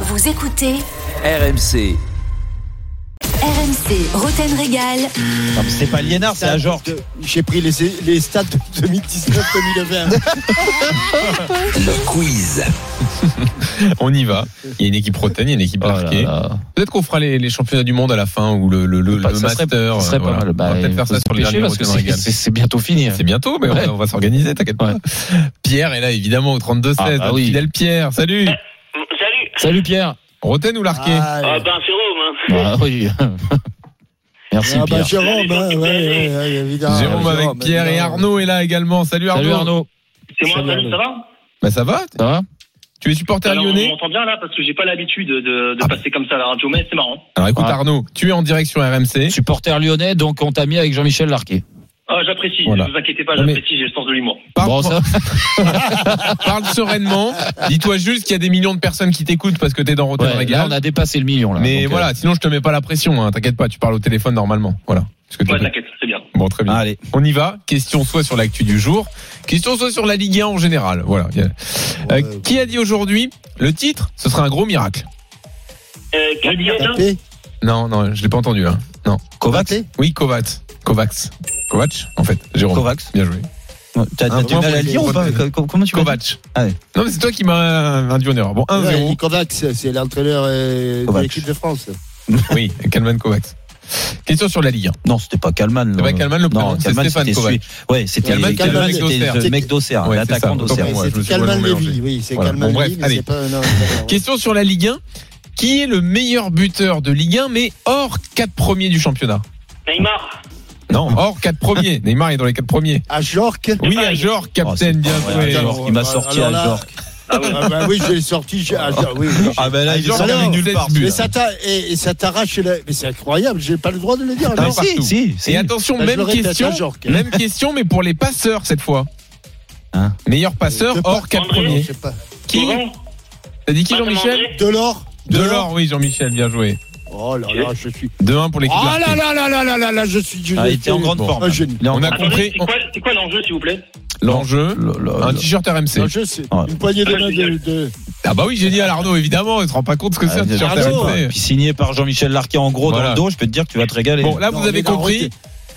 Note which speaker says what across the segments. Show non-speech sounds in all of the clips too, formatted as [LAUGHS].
Speaker 1: Vous écoutez
Speaker 2: RMC.
Speaker 1: RMC Roten Régal.
Speaker 3: Non, mais c'est pas Liénard, c'est à Georges.
Speaker 4: J'ai pris les, les stats de 2019-2020.
Speaker 2: Le quiz.
Speaker 5: On y va. Il y a une équipe rotaine, il y a une
Speaker 3: Oh
Speaker 5: équipe arquée. Peut-être qu'on fera les, les championnats du monde à la fin ou le, le, le,
Speaker 3: Pas-
Speaker 5: le
Speaker 3: ça serait-
Speaker 5: master.
Speaker 3: ça serait
Speaker 5: euh,
Speaker 3: pas
Speaker 5: voilà.
Speaker 3: mal. Bah,
Speaker 5: on va peut-être
Speaker 3: il
Speaker 5: faire
Speaker 3: faut se
Speaker 5: ça sur les
Speaker 3: dépêcher
Speaker 5: derniers
Speaker 3: parce que
Speaker 5: Rotten
Speaker 3: c'est
Speaker 5: Regal.
Speaker 3: c'est- c'est bientôt fini. hein.
Speaker 5: C'est bientôt, mais on
Speaker 3: Ouais.
Speaker 5: va- on va s'organiser, t'inquiète pas.
Speaker 3: Ouais.
Speaker 5: Pierre est là, évidemment, au 32-16.
Speaker 3: Ah, bah
Speaker 5: notre
Speaker 3: oui. Ah.
Speaker 5: Fidèle Pierre, salut.
Speaker 6: Salut.
Speaker 3: Salut Pierre.
Speaker 5: Roten ou l'arqué
Speaker 6: Ah
Speaker 4: Ah,
Speaker 6: ben c'est Rome.
Speaker 3: Bah
Speaker 6: Hein.
Speaker 3: oui. [LAUGHS] Merci
Speaker 4: ah, bah,
Speaker 3: Pierre.
Speaker 4: Jérôme, hein, ouais, ouais, ouais, évidemment.
Speaker 5: ah, Jérôme avec Pierre et
Speaker 4: évidemment.
Speaker 5: Arnaud est là également. Salut Arnaud.
Speaker 3: Salut Arnaud.
Speaker 6: C'est moi. Salut, ça va
Speaker 5: Bah, ça va
Speaker 3: Ça va
Speaker 5: Tu es supporter
Speaker 6: Alors, On
Speaker 5: lyonnais
Speaker 6: m'entend bien là parce que j'ai pas l'habitude de, de
Speaker 5: Ah.
Speaker 6: passer comme ça à la radio, mais c'est marrant.
Speaker 5: Alors écoute
Speaker 3: Ah.
Speaker 5: Arnaud, tu es en direct sur RMC.
Speaker 3: Supporter lyonnais, donc on t'a mis avec Jean-Michel Larquet.
Speaker 6: Ah, j'apprécie.
Speaker 5: Voilà.
Speaker 6: Ne vous inquiétez pas,
Speaker 5: Non, mais-
Speaker 6: j'apprécie. J'ai le sens de l'humour.
Speaker 5: Parle,
Speaker 3: Bon, ça,
Speaker 5: parle sereinement. Dis-toi juste qu'il y a des millions de personnes qui t'écoutent parce que t'es dans Rotten
Speaker 3: ouais,
Speaker 5: Régal.
Speaker 3: là, on a dépassé le million. Là,
Speaker 5: Mais
Speaker 3: Donc,
Speaker 5: voilà,
Speaker 3: euh,
Speaker 5: sinon je te mets pas la pression, hein, t'inquiète pas, tu parles au téléphone normalement. Voilà. Parce que t'as
Speaker 6: Ouais,
Speaker 5: fait.
Speaker 6: t'inquiète, c'est bien.
Speaker 5: bon, très bien.
Speaker 4: Allez.
Speaker 5: On y va. Question soit sur l'actu du jour, question soit sur la Ligue 1 en général. Voilà. Euh,
Speaker 4: Ouais.
Speaker 5: qui a dit aujourd'hui le titre Ce serait un gros miracle.
Speaker 6: Euh, quel billet, hein
Speaker 4: Tapé,
Speaker 5: Non, non, je l'ai pas entendu. Hein. Non.
Speaker 4: tapé.
Speaker 5: Oui, Kovac. Kovacs. Kovac, en fait. Jérôme.
Speaker 7: Kovacs.
Speaker 5: Bien joué.
Speaker 7: T'as
Speaker 5: Un
Speaker 7: t'as du
Speaker 5: point pour
Speaker 7: mal à le dire
Speaker 5: les
Speaker 7: ou pas
Speaker 5: Rotten.
Speaker 7: Co- Comment tu m'as dit
Speaker 5: Kovac.
Speaker 7: Ah ouais.
Speaker 5: Non, mais c'est toi qui m'as induit en erreur. Bon, 1-0.
Speaker 4: Ouais, Kovacs, c'est l'entraîneur euh, de
Speaker 7: Kovacs.
Speaker 4: l'équipe de France.
Speaker 5: Oui, Kalman Kovacs. Question sur la Ligue 1.
Speaker 7: Non, c'était pas Kalman. euh,
Speaker 5: C'est pas
Speaker 7: Non,
Speaker 5: Kalman le prénom, c'est
Speaker 7: Kalman,
Speaker 5: Stéphane
Speaker 7: c'était
Speaker 5: Kovac.
Speaker 7: celui- Ouais, c'était
Speaker 4: Kalman,
Speaker 7: c'était
Speaker 4: Kalman,
Speaker 5: c'était-
Speaker 7: le mec d'Auxerre,
Speaker 5: Ouais, c'est
Speaker 7: l'attaquant
Speaker 5: ça,
Speaker 7: d'Auxerre.
Speaker 5: autant pour moi,
Speaker 4: Ouais,
Speaker 5: je me
Speaker 4: c'est
Speaker 5: suis vraiment
Speaker 4: Calman
Speaker 5: mélangé.
Speaker 4: Lévy, oui, c'est
Speaker 5: Voilà.
Speaker 4: Calman
Speaker 5: Bon, bref,
Speaker 4: Lévy, mais
Speaker 5: allez.
Speaker 4: c'est pas un entraîneur.
Speaker 5: Question sur la Ligue 1. Qui est le meilleur buteur de Ligue 1, mais hors 4 premiers du championnat
Speaker 6: Neymar.
Speaker 5: Non,
Speaker 7: Oh,
Speaker 5: hors 4 premiers. Neymar est dans les 4 premiers.
Speaker 4: À Jork.
Speaker 5: Oui, à
Speaker 6: pareil.
Speaker 5: Jorg,
Speaker 7: Oh, c'est
Speaker 5: capitaine,
Speaker 7: pas
Speaker 5: bien
Speaker 7: vrai,
Speaker 5: joué.
Speaker 7: à Jorg, Il m'a
Speaker 4: Alors
Speaker 7: sorti
Speaker 4: là-
Speaker 7: à Jork.
Speaker 4: Ah, bah oui, je l'ai sorti. j'ai- à Jork, oui, oui.
Speaker 7: Ah ben là, il est
Speaker 5: Jorg
Speaker 4: sorti
Speaker 5: avec
Speaker 4: nulle
Speaker 5: 16
Speaker 7: part.
Speaker 5: buts.
Speaker 4: Mais ça t'a- et- et ça t'arrache la- Mais c'est incroyable, j'ai pas le droit de le dire.
Speaker 5: Ah,
Speaker 4: alors.
Speaker 5: si, partout.
Speaker 7: si, si.
Speaker 5: Et attention,
Speaker 4: Bah, je le
Speaker 5: même
Speaker 4: répète,
Speaker 5: question,
Speaker 4: à Jorg.
Speaker 5: même question, mais pour les passeurs cette fois.
Speaker 7: Hein
Speaker 5: meilleur passeur
Speaker 4: Je sais pas.
Speaker 5: hors 4
Speaker 6: André,
Speaker 4: Je
Speaker 5: premiers.
Speaker 4: sais pas.
Speaker 5: Qui
Speaker 6: Laurent,
Speaker 5: T'as dit qui
Speaker 6: Benjamin
Speaker 5: Jean-Michel
Speaker 6: André.
Speaker 4: Delors
Speaker 5: Delors, oui Jean-Michel, bien joué.
Speaker 4: Oh là là, je suis.
Speaker 5: 2-1 pour l'équipe.
Speaker 4: Oh là
Speaker 5: d'Arc.
Speaker 4: là là là là là là, je suis.
Speaker 7: Ah, il était en grande
Speaker 5: Bon.
Speaker 7: forme.
Speaker 4: Un génie.
Speaker 7: Il est en
Speaker 5: On a
Speaker 7: grande-
Speaker 5: compris.
Speaker 6: Attendez, c'est quoi, c'est quoi l'enjeu, s'il vous plaît
Speaker 5: L'enjeu,
Speaker 7: Le- le-
Speaker 5: un
Speaker 7: le-
Speaker 5: t-shirt RMC.
Speaker 4: Non, je sais.
Speaker 7: Ouais.
Speaker 4: Une poignée de
Speaker 6: Ah,
Speaker 4: main de.
Speaker 6: génial.
Speaker 4: de-
Speaker 5: Ah bah oui, j'ai dit à l'Arnaud, évidemment, il se rend pas compte ce que c'est
Speaker 7: Ah,
Speaker 5: un t-shirt
Speaker 4: Arnaud.
Speaker 5: RMC.
Speaker 7: Puis signé par Jean-Michel Larquet en gros
Speaker 5: Voilà.
Speaker 7: dans le dos, je peux te dire que tu vas te régaler.
Speaker 5: Bon, là,
Speaker 4: Non,
Speaker 5: Ah, vous avez
Speaker 4: mais non,
Speaker 5: compris.
Speaker 4: arrêtez.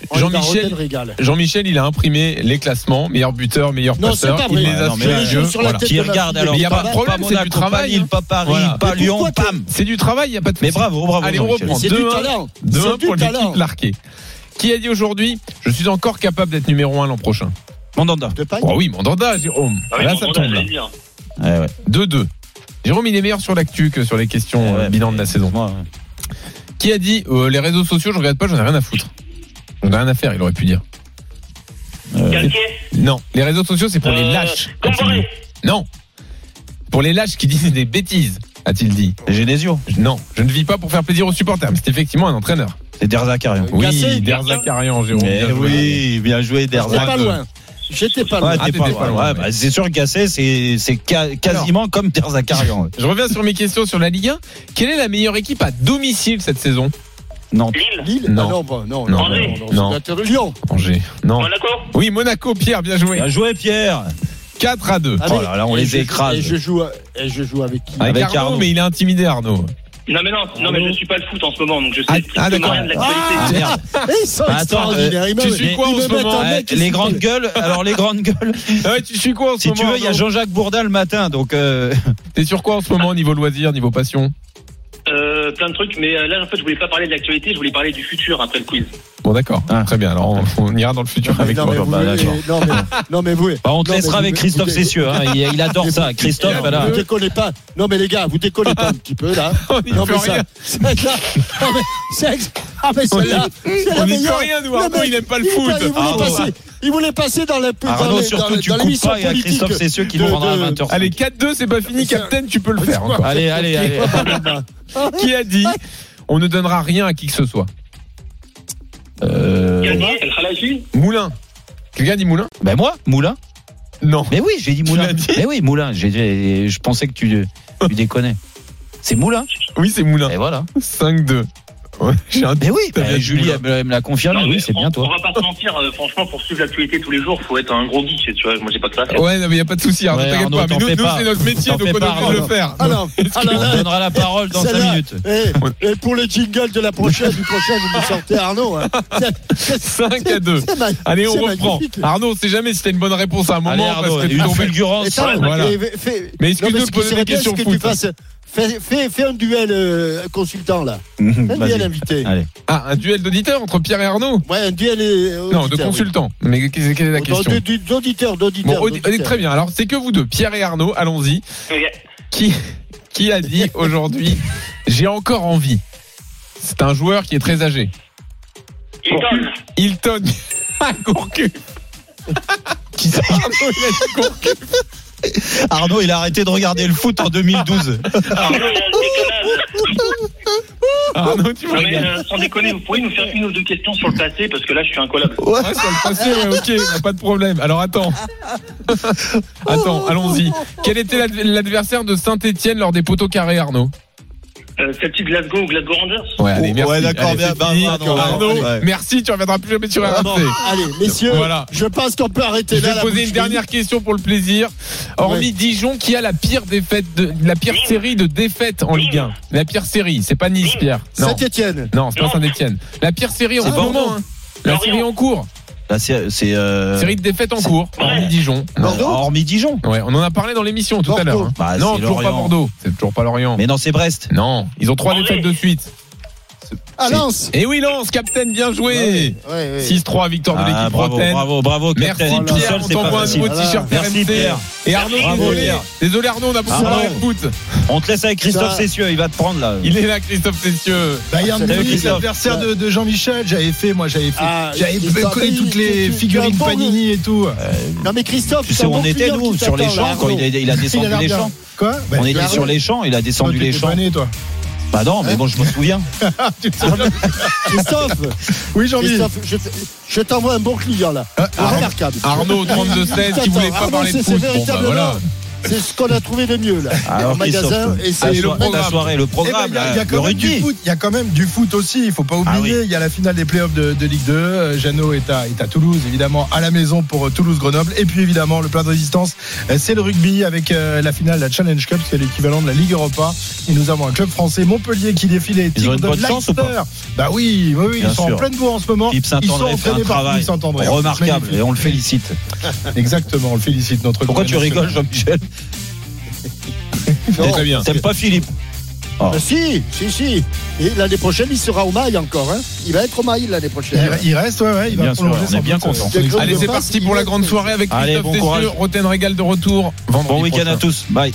Speaker 4: Oh, il m'a
Speaker 5: Jean-Michel-
Speaker 4: roté le régal.
Speaker 5: Jean-Michel, il a imprimé les classements, meilleur buteur, meilleur
Speaker 4: Non, c'est
Speaker 5: passeur.
Speaker 4: pas
Speaker 5: il
Speaker 4: vrai.
Speaker 5: les a
Speaker 7: Ah, non,
Speaker 5: sous
Speaker 7: mais là,
Speaker 5: les
Speaker 7: je-
Speaker 5: yeux.
Speaker 4: sur la
Speaker 5: Voilà.
Speaker 4: tête.
Speaker 7: Qui
Speaker 4: de ma
Speaker 7: regarde
Speaker 4: fille,
Speaker 7: alors
Speaker 5: mais y a
Speaker 7: pas,
Speaker 5: pas de problème,
Speaker 7: pas
Speaker 5: c'est du
Speaker 7: Monaco,
Speaker 5: travail,
Speaker 7: Pas Lille,
Speaker 5: hein.
Speaker 7: pas Paris,
Speaker 5: Voilà.
Speaker 7: pas
Speaker 4: Mais pourquoi
Speaker 7: Lyon,
Speaker 4: t'es-
Speaker 7: pam.
Speaker 5: C'est du travail, il n'y a pas de
Speaker 7: Mais
Speaker 5: souci.
Speaker 7: bravo, bravo.
Speaker 5: Allez, on
Speaker 7: Jean-Michel.
Speaker 5: reprend.
Speaker 4: C'est du
Speaker 5: 2-1.
Speaker 4: talent.
Speaker 5: Demain
Speaker 4: C'est du
Speaker 5: pour l'équipe
Speaker 4: talent.
Speaker 5: Larquet. Qui a dit aujourd'hui Je suis encore capable d'être numéro 1 l'an prochain
Speaker 7: Mandanda.
Speaker 4: De Pagne.
Speaker 5: Oh oui, Mandanda, Jérôme.
Speaker 6: Ah oui,
Speaker 5: là,
Speaker 6: bon,
Speaker 5: ça
Speaker 6: bon,
Speaker 5: tombe. là.
Speaker 6: j'allais dire.
Speaker 5: 2-2. Jérôme, il est meilleur sur l'actu que sur les questions
Speaker 7: Ouais,
Speaker 5: euh, bilan de la saison.
Speaker 7: Moi, ouais.
Speaker 5: Qui a dit euh, Les réseaux sociaux, je regarde pas, j'en ai rien à foutre J'en ai rien à faire, il aurait pu dire.
Speaker 6: Galtier.
Speaker 5: Non, les réseaux sociaux, c'est Euh, pour les
Speaker 6: Euh,
Speaker 5: lâches. a-t-il
Speaker 6: Comparé.
Speaker 5: dit. Non. Pour les lâches qui disent des bêtises, a-t-il dit.
Speaker 7: Genesio.
Speaker 5: Non, je ne vis pas pour faire plaisir aux supporters, mais c'est effectivement un entraîneur.
Speaker 7: C'est Derzakarian.
Speaker 5: Oui,
Speaker 4: Gasset,
Speaker 5: Derzakarian, Jérôme. bien
Speaker 7: Eh
Speaker 5: joué.
Speaker 7: oui, bien
Speaker 5: Ah,
Speaker 7: joué
Speaker 4: J'étais
Speaker 7: Derzak.
Speaker 4: pas loin. J'étais pas
Speaker 7: Ouais,
Speaker 4: loin.
Speaker 7: t'es
Speaker 5: t'étais
Speaker 7: pas
Speaker 5: pas
Speaker 7: loin.
Speaker 5: loin,
Speaker 7: Ouais,
Speaker 5: ouais.
Speaker 7: bah, c'est sûr que Gasset, c'est c'est ca- quasiment comme Derzakarian. ouais.
Speaker 5: Je reviens sur mes questions sur la Ligue 1. Quelle est la meilleure équipe à domicile cette saison
Speaker 7: Non,
Speaker 6: Lille.
Speaker 4: Lille
Speaker 5: Non.
Speaker 4: Ah non, bah,
Speaker 5: Non,
Speaker 4: non, non, non,
Speaker 5: non,
Speaker 4: non,
Speaker 5: non.
Speaker 4: c'est l'intérieur. Lyon.
Speaker 7: Oh
Speaker 5: Angers. Non.
Speaker 6: Monaco.
Speaker 5: Oui, Monaco, Pierre, bien joué.
Speaker 7: Bien joué Pierre
Speaker 5: 4 à 2.
Speaker 4: Ah,
Speaker 7: Oh
Speaker 4: mais-
Speaker 7: là là, on
Speaker 4: et
Speaker 7: les
Speaker 4: je-
Speaker 7: écrase.
Speaker 4: Et je joue, à- et je joue avec qui
Speaker 5: Avec,
Speaker 7: Avec
Speaker 5: Arnaud,
Speaker 7: Arnaud.
Speaker 5: mais il a intimidé Arnaud.
Speaker 6: Non mais non, non mais je suis pas le foot en ce moment, donc je sais
Speaker 5: Ah,
Speaker 6: strictement
Speaker 5: ah, d'accord.
Speaker 6: rien de
Speaker 7: Ah,
Speaker 6: l'actualité.
Speaker 7: merde.
Speaker 4: Eh, Ils sont
Speaker 7: Bah, attends,
Speaker 4: extraordinaires. Ils
Speaker 5: tu
Speaker 4: me-
Speaker 5: suis
Speaker 4: ils
Speaker 5: quoi en
Speaker 4: me
Speaker 5: ce
Speaker 4: mettent
Speaker 5: moment
Speaker 4: un
Speaker 7: Ouais,
Speaker 4: mec qui
Speaker 7: les
Speaker 4: s'appelle-
Speaker 7: grandes gueules, alors les grandes gueules,
Speaker 5: Ah ouais, tu suis quoi en ce
Speaker 7: si
Speaker 5: moment
Speaker 7: tu veux, il y a
Speaker 5: Arnaud
Speaker 7: Jean-Jacques Bourdin le matin, donc euh,
Speaker 5: T'es sur quoi en ce
Speaker 7: Ah.
Speaker 5: moment, niveau loisirs, niveau passion
Speaker 6: Euh, plein de trucs, mais euh, là en fait je voulais pas parler de l'actualité, je voulais parler du futur après le quiz.
Speaker 5: Bon, d'accord.
Speaker 7: Ah.
Speaker 5: Très bien. Alors, on, on ira dans le futur
Speaker 4: Mais
Speaker 5: avec
Speaker 4: non,
Speaker 5: toi.
Speaker 4: mais vous,
Speaker 7: bah,
Speaker 4: euh,
Speaker 7: d'accord.
Speaker 4: non, mais, non, mais vous.
Speaker 7: bah, on te
Speaker 4: Non,
Speaker 7: laissera
Speaker 4: mais
Speaker 7: avec
Speaker 4: vous-
Speaker 7: Christophe
Speaker 4: vous-
Speaker 7: Cessieux, hein, il, il adore ça. Christophe,
Speaker 4: Non,
Speaker 7: voilà.
Speaker 4: Vous déconnez pas. Non, mais les gars, vous déconnez pas un petit peu, là.
Speaker 5: [LAUGHS] On n'y
Speaker 4: Non,
Speaker 5: peut
Speaker 4: mais ça.
Speaker 5: rien.
Speaker 4: Celle-là. Non, mais c'est ex- Ah, mais celle-là. c'est la
Speaker 5: On n'y peut
Speaker 4: meilleure.
Speaker 5: rien, nous.
Speaker 4: Le
Speaker 5: Arnaud,
Speaker 4: mec,
Speaker 5: il aime pas le
Speaker 4: il
Speaker 5: foot.
Speaker 4: voulait-
Speaker 5: Ah,
Speaker 4: Il voulait,
Speaker 7: Arnaud,
Speaker 4: passer, il voulait passer dans la dans
Speaker 7: Arnaud,
Speaker 4: les- dans
Speaker 7: surtout,
Speaker 4: les-
Speaker 7: tu
Speaker 4: dans
Speaker 7: coupes
Speaker 4: l'émission
Speaker 5: hein,
Speaker 7: pas, il y a
Speaker 4: politique.
Speaker 7: Christophe Cessieux qui
Speaker 4: de-
Speaker 7: nous rendra à
Speaker 4: de-
Speaker 7: 20h.
Speaker 5: Allez, 4-2, c'est pas fini.
Speaker 4: C'est-
Speaker 5: Captain, tu
Speaker 3: Ah,
Speaker 5: peux le faire encore.
Speaker 3: Allez, allez,
Speaker 4: [LAUGHS]
Speaker 3: allez.
Speaker 4: Ah, bah,
Speaker 5: Qui a dit On ne donnera rien à qui que ce soit
Speaker 3: Euh,
Speaker 5: Euh,
Speaker 6: Galtier, El Khalafi.
Speaker 5: Moulin. Quelqu'un dit Moulin
Speaker 7: Ben moi, Moulin.
Speaker 5: Non.
Speaker 7: Mais oui, j'ai dit
Speaker 5: Tu
Speaker 7: Moulin.
Speaker 5: l'as dit
Speaker 7: Mais oui, Moulin. J'ai- j'ai- je pensais que tu, tu déconnais. C'est Moulin.
Speaker 5: [LAUGHS] Oui, c'est Moulin.
Speaker 7: Et voilà.
Speaker 5: 5-2.
Speaker 3: [LAUGHS]
Speaker 5: J'ai un
Speaker 7: Mais oui,
Speaker 5: T'as bien
Speaker 3: Eh, Julie elle me- elle me l'a confirmé,
Speaker 6: Non, mais
Speaker 3: oui, c'est
Speaker 6: on-
Speaker 3: bien
Speaker 6: On
Speaker 3: toi.
Speaker 6: va pas se mentir, euh, franchement, pour suivre l'actualité tous les jours, faut être un gros geek, tu vois. Moi, j'ai pas que ça. à faire.
Speaker 5: Ouais, non, mais y a pas de souci, Arnaud,
Speaker 3: Ouais,
Speaker 5: t'inquiète
Speaker 3: Arnaud,
Speaker 5: pas. Mais
Speaker 3: t'en
Speaker 5: nous,
Speaker 3: fais
Speaker 5: nous,
Speaker 3: pas.
Speaker 5: c'est notre métier,
Speaker 3: T'en
Speaker 5: donc
Speaker 3: fais
Speaker 5: on est
Speaker 3: pas,
Speaker 5: obligé de le
Speaker 3: Arnaud. Ah,
Speaker 5: faire.
Speaker 4: Alors,
Speaker 5: [LAUGHS]
Speaker 3: On
Speaker 4: alors,
Speaker 3: donnera la parole dans 5
Speaker 4: celle-là,
Speaker 3: minutes.
Speaker 4: eh, Et pour le jingle de la prochaine, du prochain, vous me sortez Arnaud. hein. C'est- c'est-
Speaker 5: 5 à 2.
Speaker 4: c'est ma-
Speaker 5: Allez, on
Speaker 4: c'est
Speaker 5: reprend.
Speaker 4: magnifique.
Speaker 5: Arnaud, on sait jamais si t'as une bonne réponse à un moment,
Speaker 3: Allez Arnaud,
Speaker 5: parce que tu
Speaker 3: une
Speaker 5: tombes.
Speaker 3: fulgurance.
Speaker 4: Et ça,
Speaker 5: Voilà.
Speaker 4: et fais-
Speaker 5: Mais
Speaker 4: Non,
Speaker 5: excuse-nous de
Speaker 4: mais ce qui
Speaker 5: poser
Speaker 4: serait
Speaker 5: des
Speaker 4: bien, c'est
Speaker 5: questions
Speaker 4: que tu
Speaker 5: foot. hein
Speaker 4: fasses. Fais, fais- fais un duel euh, consultant là. Un duel
Speaker 7: Mmh, Vas-y.
Speaker 4: invité.
Speaker 7: Allez.
Speaker 5: Ah, un duel d'auditeur entre Pierre et Arnaud
Speaker 4: Ouais, un duel. euh,
Speaker 5: Non, de
Speaker 4: auditeur,
Speaker 5: consultant. Mais quelle quelle est la
Speaker 4: oui.
Speaker 5: question
Speaker 4: Non, de- de- D'auditeur,
Speaker 5: Bon,
Speaker 4: d'auditeur.
Speaker 5: audi-
Speaker 4: d'auditeur.
Speaker 5: très bien. Alors, c'est que vous deux, Pierre et Arnaud, allons-y. Qui, qui a
Speaker 7: [LAUGHS]
Speaker 5: dit aujourd'hui J'ai encore envie C'est un joueur qui est très âgé.
Speaker 6: Il donne.
Speaker 5: Hilton [LAUGHS]
Speaker 7: [LAUGHS]
Speaker 5: Gourcuff. Qui ça Arnaud, il a dit Gourcuff.
Speaker 7: Arnaud, il a arrêté de regarder le foot en 2012.
Speaker 6: Arnaud, Ah, il y a une déconnade.
Speaker 3: Ah,
Speaker 5: Arnaud, tu me
Speaker 6: Non, mais,
Speaker 5: regardes.
Speaker 6: euh, Sans déconner, vous pouvez nous faire une ou deux questions sur le passé, parce que là, je suis incollable.
Speaker 5: Ouais, sur le passé, ouais, ok, y a pas de problème. Alors
Speaker 7: [LAUGHS]
Speaker 5: attends. attends, allons-y. Quel était l'ad- l'adversaire de Saint-Etienne lors des poteaux carrés, Arnaud
Speaker 6: Euh, Celtic Glasgow ou Glasgow Rangers
Speaker 5: Ouais, allez, merci.
Speaker 7: Oh, Ouais, d'accord,
Speaker 5: Allez,
Speaker 7: bien,
Speaker 5: c'est
Speaker 7: bah,
Speaker 5: fini.
Speaker 7: bah, non,
Speaker 5: Arnaud,
Speaker 7: ouais, ouais.
Speaker 5: merci, tu reviendras plus jamais sur
Speaker 7: Ah,
Speaker 5: RMC.
Speaker 4: Allez, messieurs,
Speaker 5: Voilà.
Speaker 4: je pense qu'on peut arrêter
Speaker 5: Je
Speaker 4: là.
Speaker 5: vais
Speaker 4: la
Speaker 5: poser
Speaker 4: boucherie.
Speaker 5: une dernière question pour le plaisir. Hormis
Speaker 4: Ouais.
Speaker 5: Dijon, qui a la pire défaite, de, la pire série de défaites en Ligue 1 La pire série, c'est pas Nice, Pierre. Non,
Speaker 4: Saint-Étienne.
Speaker 5: non, c'est pas Saint-Etienne. La pire série en
Speaker 7: C'est
Speaker 5: ce
Speaker 7: pas
Speaker 5: moment.
Speaker 7: Bordeaux.
Speaker 5: hein. La
Speaker 6: Lorient.
Speaker 5: série en cours.
Speaker 7: Là, c'est. c'est, euh,
Speaker 5: Série de défaites en cours. Hormis Dijon.
Speaker 7: non,
Speaker 4: Bordeaux
Speaker 7: Hormis Dijon.
Speaker 5: Ouais, on en a parlé dans l'émission tout à
Speaker 4: Bordeaux.
Speaker 5: l'heure. hein.
Speaker 7: Bah,
Speaker 5: non,
Speaker 7: c'est
Speaker 5: toujours pas
Speaker 7: Lorient.
Speaker 5: Bordeaux. C'est toujours pas Lorient.
Speaker 7: Mais non, c'est Brest.
Speaker 5: Non, ils ont trois
Speaker 6: Bordeaux.
Speaker 5: défaites de suite.
Speaker 4: À Lens.
Speaker 5: Et oui, Lance, capitaine, bien joué.
Speaker 4: Ouais, ouais.
Speaker 5: 6-3, victoire de
Speaker 7: Ah,
Speaker 5: l'équipe
Speaker 7: bravo,
Speaker 5: bretonne.
Speaker 7: bravo, bravo,
Speaker 5: Merci
Speaker 7: capitaine. Tout
Speaker 5: Pierre,
Speaker 7: seul,
Speaker 5: on
Speaker 7: c'est pas
Speaker 5: t'envoie un
Speaker 7: facile.
Speaker 5: beau
Speaker 4: Voilà.
Speaker 5: t-shirt
Speaker 7: Merci,
Speaker 5: RMC.
Speaker 7: Pierre.
Speaker 5: Et Arnaud,
Speaker 7: Bravo,
Speaker 5: désolé.
Speaker 7: Pierre.
Speaker 5: Désolé Arnaud, on a beaucoup
Speaker 7: Bravo.
Speaker 5: parlé de foot.
Speaker 7: On te laisse avec Christophe
Speaker 4: Ça-
Speaker 7: Cessieux, il va te prendre là.
Speaker 5: Il est là, Christophe Cessieux.
Speaker 1: Bayern
Speaker 7: Salut,
Speaker 1: Munich,
Speaker 7: Ah, Christophe.
Speaker 1: l'adversaire de, de Jean-Michel, j'avais fait, moi, j'avais fait.
Speaker 4: Ah,
Speaker 1: J'avais
Speaker 4: il- il-
Speaker 1: connu
Speaker 4: il-
Speaker 1: toutes
Speaker 4: tu-
Speaker 1: les
Speaker 4: tu- tu as
Speaker 1: figurines
Speaker 4: un bon jeu.
Speaker 1: Panini et tout.
Speaker 4: Non mais Christophe,
Speaker 7: Tu
Speaker 4: c'est
Speaker 7: sais
Speaker 4: un
Speaker 7: où
Speaker 4: bon
Speaker 7: on était,
Speaker 4: client
Speaker 7: nous,
Speaker 4: qui
Speaker 7: sur les
Speaker 4: t'attend, là,
Speaker 7: champs, quand il a,
Speaker 4: Arnaud.
Speaker 7: il a
Speaker 1: Il
Speaker 7: descendu
Speaker 1: a l'air
Speaker 7: les
Speaker 1: bien.
Speaker 7: champs.
Speaker 1: Quoi Bah,
Speaker 7: On
Speaker 1: tu
Speaker 7: était
Speaker 1: l'as
Speaker 7: sur les champs, il a descendu
Speaker 1: Toi,
Speaker 7: les
Speaker 1: t'es
Speaker 7: champs.
Speaker 1: pané, toi.
Speaker 7: Bah non, mais bon, je me souviens.
Speaker 4: Christophe,
Speaker 1: Oui, Jean-Michel.
Speaker 4: Christophe, je, t- je t'envoie un bon client là.
Speaker 5: Arnaud-
Speaker 4: Remarquable.
Speaker 5: Euh, Arnaud, 32-16, qui voulait pas
Speaker 4: Arnaud,
Speaker 5: parler de
Speaker 4: c'est-
Speaker 5: foot.
Speaker 4: c'est
Speaker 5: Bon, bah
Speaker 4: véritablement-
Speaker 5: voilà.
Speaker 4: C'est ce qu'on a trouvé de mieux là.
Speaker 7: Ah, Alors,
Speaker 4: au magasin.
Speaker 7: Christophe,
Speaker 4: Et
Speaker 7: ta,
Speaker 5: Ah,
Speaker 4: c'est
Speaker 5: et le
Speaker 7: soirée- ta
Speaker 5: programme.
Speaker 7: soirée, le
Speaker 1: Eh ben,
Speaker 7: programme,
Speaker 1: Il y a,
Speaker 7: là,
Speaker 1: il y a
Speaker 7: hein, le
Speaker 1: quand même du
Speaker 7: rugby.
Speaker 1: foot, il y a quand même du foot aussi, il faut pas oublier.
Speaker 7: Ah oui.
Speaker 1: Il y a la finale des playoffs de, de Ligue 2. euh, Jeannot est à, est à Toulouse, évidemment, à la maison pour euh, Toulouse-Grenoble. Et puis évidemment, le plat de résistance, euh, c'est le rugby avec euh, la finale de la Challenge Cup, c'est l'équivalent de la Ligue Europa. Et nous avons un club français, Montpellier, qui défile les
Speaker 7: Ils ont
Speaker 1: Tigres
Speaker 7: une
Speaker 1: de
Speaker 7: bonne chance ou pas
Speaker 1: Leicester. Bah oui, oui, oui,
Speaker 7: Bien
Speaker 1: ils sont
Speaker 7: sûr.
Speaker 1: en pleine bourre en ce moment.
Speaker 7: Philippe
Speaker 1: ils sont
Speaker 7: Saint-André fait un
Speaker 1: entraînés par
Speaker 7: travail
Speaker 1: Philippe Saint-André.
Speaker 7: remarquable et on le félicite.
Speaker 1: Exactement, on le félicite, notre
Speaker 7: Pourquoi tu
Speaker 1: commandant.
Speaker 7: rigoles, Jean-Michel
Speaker 5: C'est Très bien.
Speaker 7: T'aimes pas Philippe
Speaker 4: Ah, si, si, si. Et l'année prochaine, il sera au mail encore. Hein. Il va être au mail l'année
Speaker 5: Eh
Speaker 4: prochaine.
Speaker 5: ben,
Speaker 1: Il, il reste, ouais, ouais, il
Speaker 7: Bien
Speaker 1: va
Speaker 7: sûr,
Speaker 1: prolonger
Speaker 7: on est
Speaker 1: sans
Speaker 7: bien
Speaker 1: doute,
Speaker 7: content.
Speaker 1: euh, son existence.
Speaker 5: Allez, c'est parti pour la grande soirée avec
Speaker 7: Allez,
Speaker 5: Christophe
Speaker 7: bon courage.
Speaker 5: Cessieux. Roten Régal de retour. vendredi
Speaker 7: Bon week-end
Speaker 5: prochain.
Speaker 7: à tous. Bye.